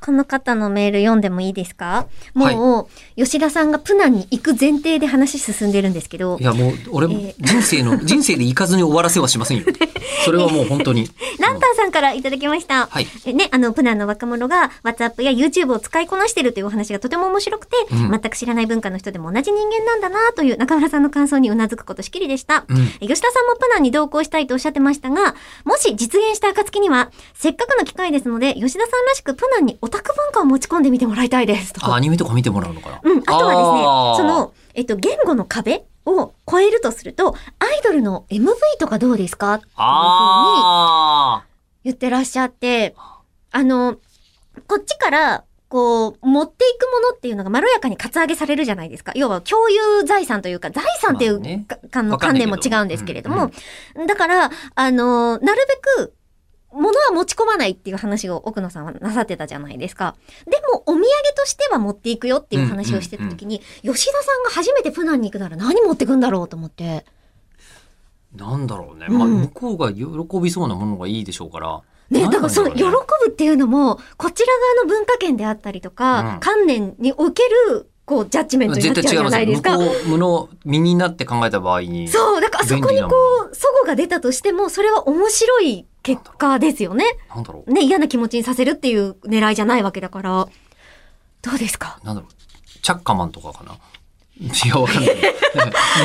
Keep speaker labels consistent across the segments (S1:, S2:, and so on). S1: この方のメール読んでもいいですかもう、吉田さんがプナンに行く前提で話進んでるんですけど
S2: い、やもう俺も人 生の、人生で行かずに終わらせはしませんよ。それはもう本当に。
S1: ランタンさんからいただきました。
S2: はい
S1: えね、あの、プナンの若者が WhatsApp や YouTube を使いこなしているというお話がとても面白くて、
S2: うん
S1: 全く知らない文化の人でも同じ人間なんだなという中村さんの感想にうなずくことしきりでした。
S2: うん
S1: え吉田さんもプナンに同行したいとおっしゃってましたが、もし実現した暁には、せっかくの機会ですので、吉田さんらしくプナンにオタク文化を持ち込んでみてもらいたいです。と
S2: あアニメとか見てもらうのかな。
S1: うん、あとは
S2: あー
S1: ですね、その、えっと、言語の壁を超えるとすると、アイドルの MV とかどうですかっていうふうに
S2: あ
S1: 言ってらっしゃって、あの、こっちから、こう、持っていくものっていうのがまろやかにカツアゲされるじゃないですか。要は共有財産というか、財産ってい
S2: まあ
S1: う
S2: ね
S1: かかの
S2: わか
S1: 観
S2: んない
S1: 念
S2: け
S1: も
S2: ど
S1: 違うんですけれど
S2: うん
S1: も、だから、あの、なるべく、物は持ち込まないっていう話を奥野さんはなさってたじゃないですか。でも、お土産としては持っていくよっていう話をしてた時に、吉田さんが初めてプナンに行くなら何持ってくんだろうと思って。
S2: あ。なんだろうね。
S1: うん
S2: まあ向こうが喜びそうなものがいいでしょうから。
S1: ね、
S2: な
S1: だ
S2: ん
S1: からその
S2: ろうね
S1: 喜ぶっていうのも、こちら側の文化圏であったりとか、
S2: うん
S1: 観念における、こう、ジャッジメントになっ
S2: 絶
S1: ちゃう
S2: 対
S1: じ
S2: 違い
S1: ゃ
S2: ま
S1: ない
S2: す
S1: で
S2: よ。
S1: すか。
S2: 向こう、無の身になって考えた場合に。
S1: そう、だからあそこにこ
S2: 便利な
S1: う、祖母が出たとしても、それは面白い結果ですよね。
S2: なんだろ
S1: ね、嫌な気持ちにさせるっていう狙いじゃないわけだから。どうですか
S2: う。なんだろう。チャッカマンとかかな。いや、わかんない。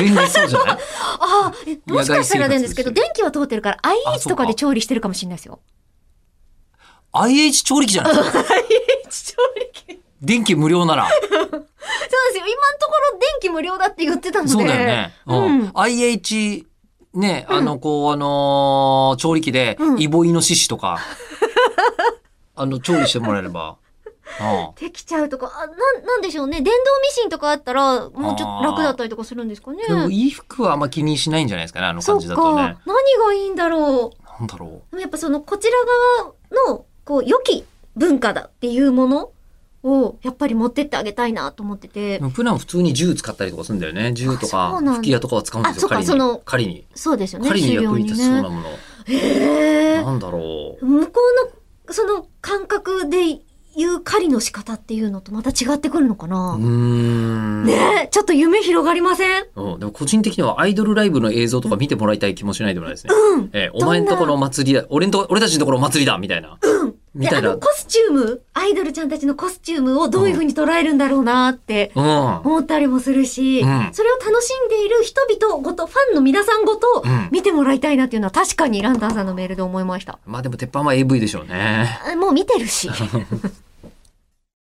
S2: 全然そう じゃない
S1: ああ、もしかしたらなんですけど、
S2: 野外生活で
S1: 電
S2: すよ
S1: 気は通ってるから
S2: あ
S1: IH
S2: そう
S1: と
S2: か
S1: かで調理してるかもしれないですよ。
S2: ?IH 調理器じゃ ないですか。
S1: 調理器そう
S2: 電気無料なら。
S1: ですよ。今のところ電気無料だって言ってたので。
S2: そうだよね。うん。
S1: うん。
S2: IH、ね、あの、こう、あのー調理器で
S1: う、ん
S2: イボイノシシ とか、あの、調理してもらえれば。あ
S1: できちゃうとか、あ、なん、なんでしょうね。電動ミシンとかあったら、もうちょっと楽だったりとかするんですかね
S2: あ。。でも、衣服はあんま気にしないんじゃないですかね、あの感じだとね。
S1: 何がいいんだろう。
S2: なんだろ
S1: でもやっぱその、こちら側の、こう、良き文化だっていうものを、やっぱり持ってってあげたいなと思って
S2: う。
S1: て
S2: で。も普段普通に銃使ったりとかするんだよね。銃
S1: あ
S2: と
S1: そ
S2: か
S1: うなん、だ
S2: 吹き矢とかは使うんです
S1: あそう
S2: よ、
S1: か
S2: 狩り
S1: そ
S2: に
S1: の。
S2: 狩りに。
S1: そうですよね。
S2: 狩りに
S1: 狩猟
S2: 役に
S1: に
S2: 立ちそうな
S1: ね。
S2: もの。
S1: へえ。
S2: なんだろう。
S1: 向こうの、その感覚で言う狩りの仕方っていうのとまた違ってくるのか
S2: うー
S1: な。
S2: ん。
S1: ねえ、ちょっと夢広がりません
S2: うん、でも個人的にはアイドルライブの映像とか見てもらいたい気もしないでもないですね。ええお前んとこの祭りだ、俺んとこ、俺たちのところ祭りだみたいな。み
S1: で
S2: た
S1: あ
S2: いな。う
S1: の
S2: ん。
S1: コスチューム、アイドルちゃんたちのコスチュームをどういうふうに捉えるんだろうなって
S2: う
S1: 思ったりもするし、
S2: うん
S1: それを楽しんでいる人々ごと、ファンの皆さんごと
S2: ん。
S1: 見てもらいたいなっていうのは確かにランタンさんのメールで思いました。
S2: まあでも鉄板は AV でしょうね。
S1: あもう見てるし。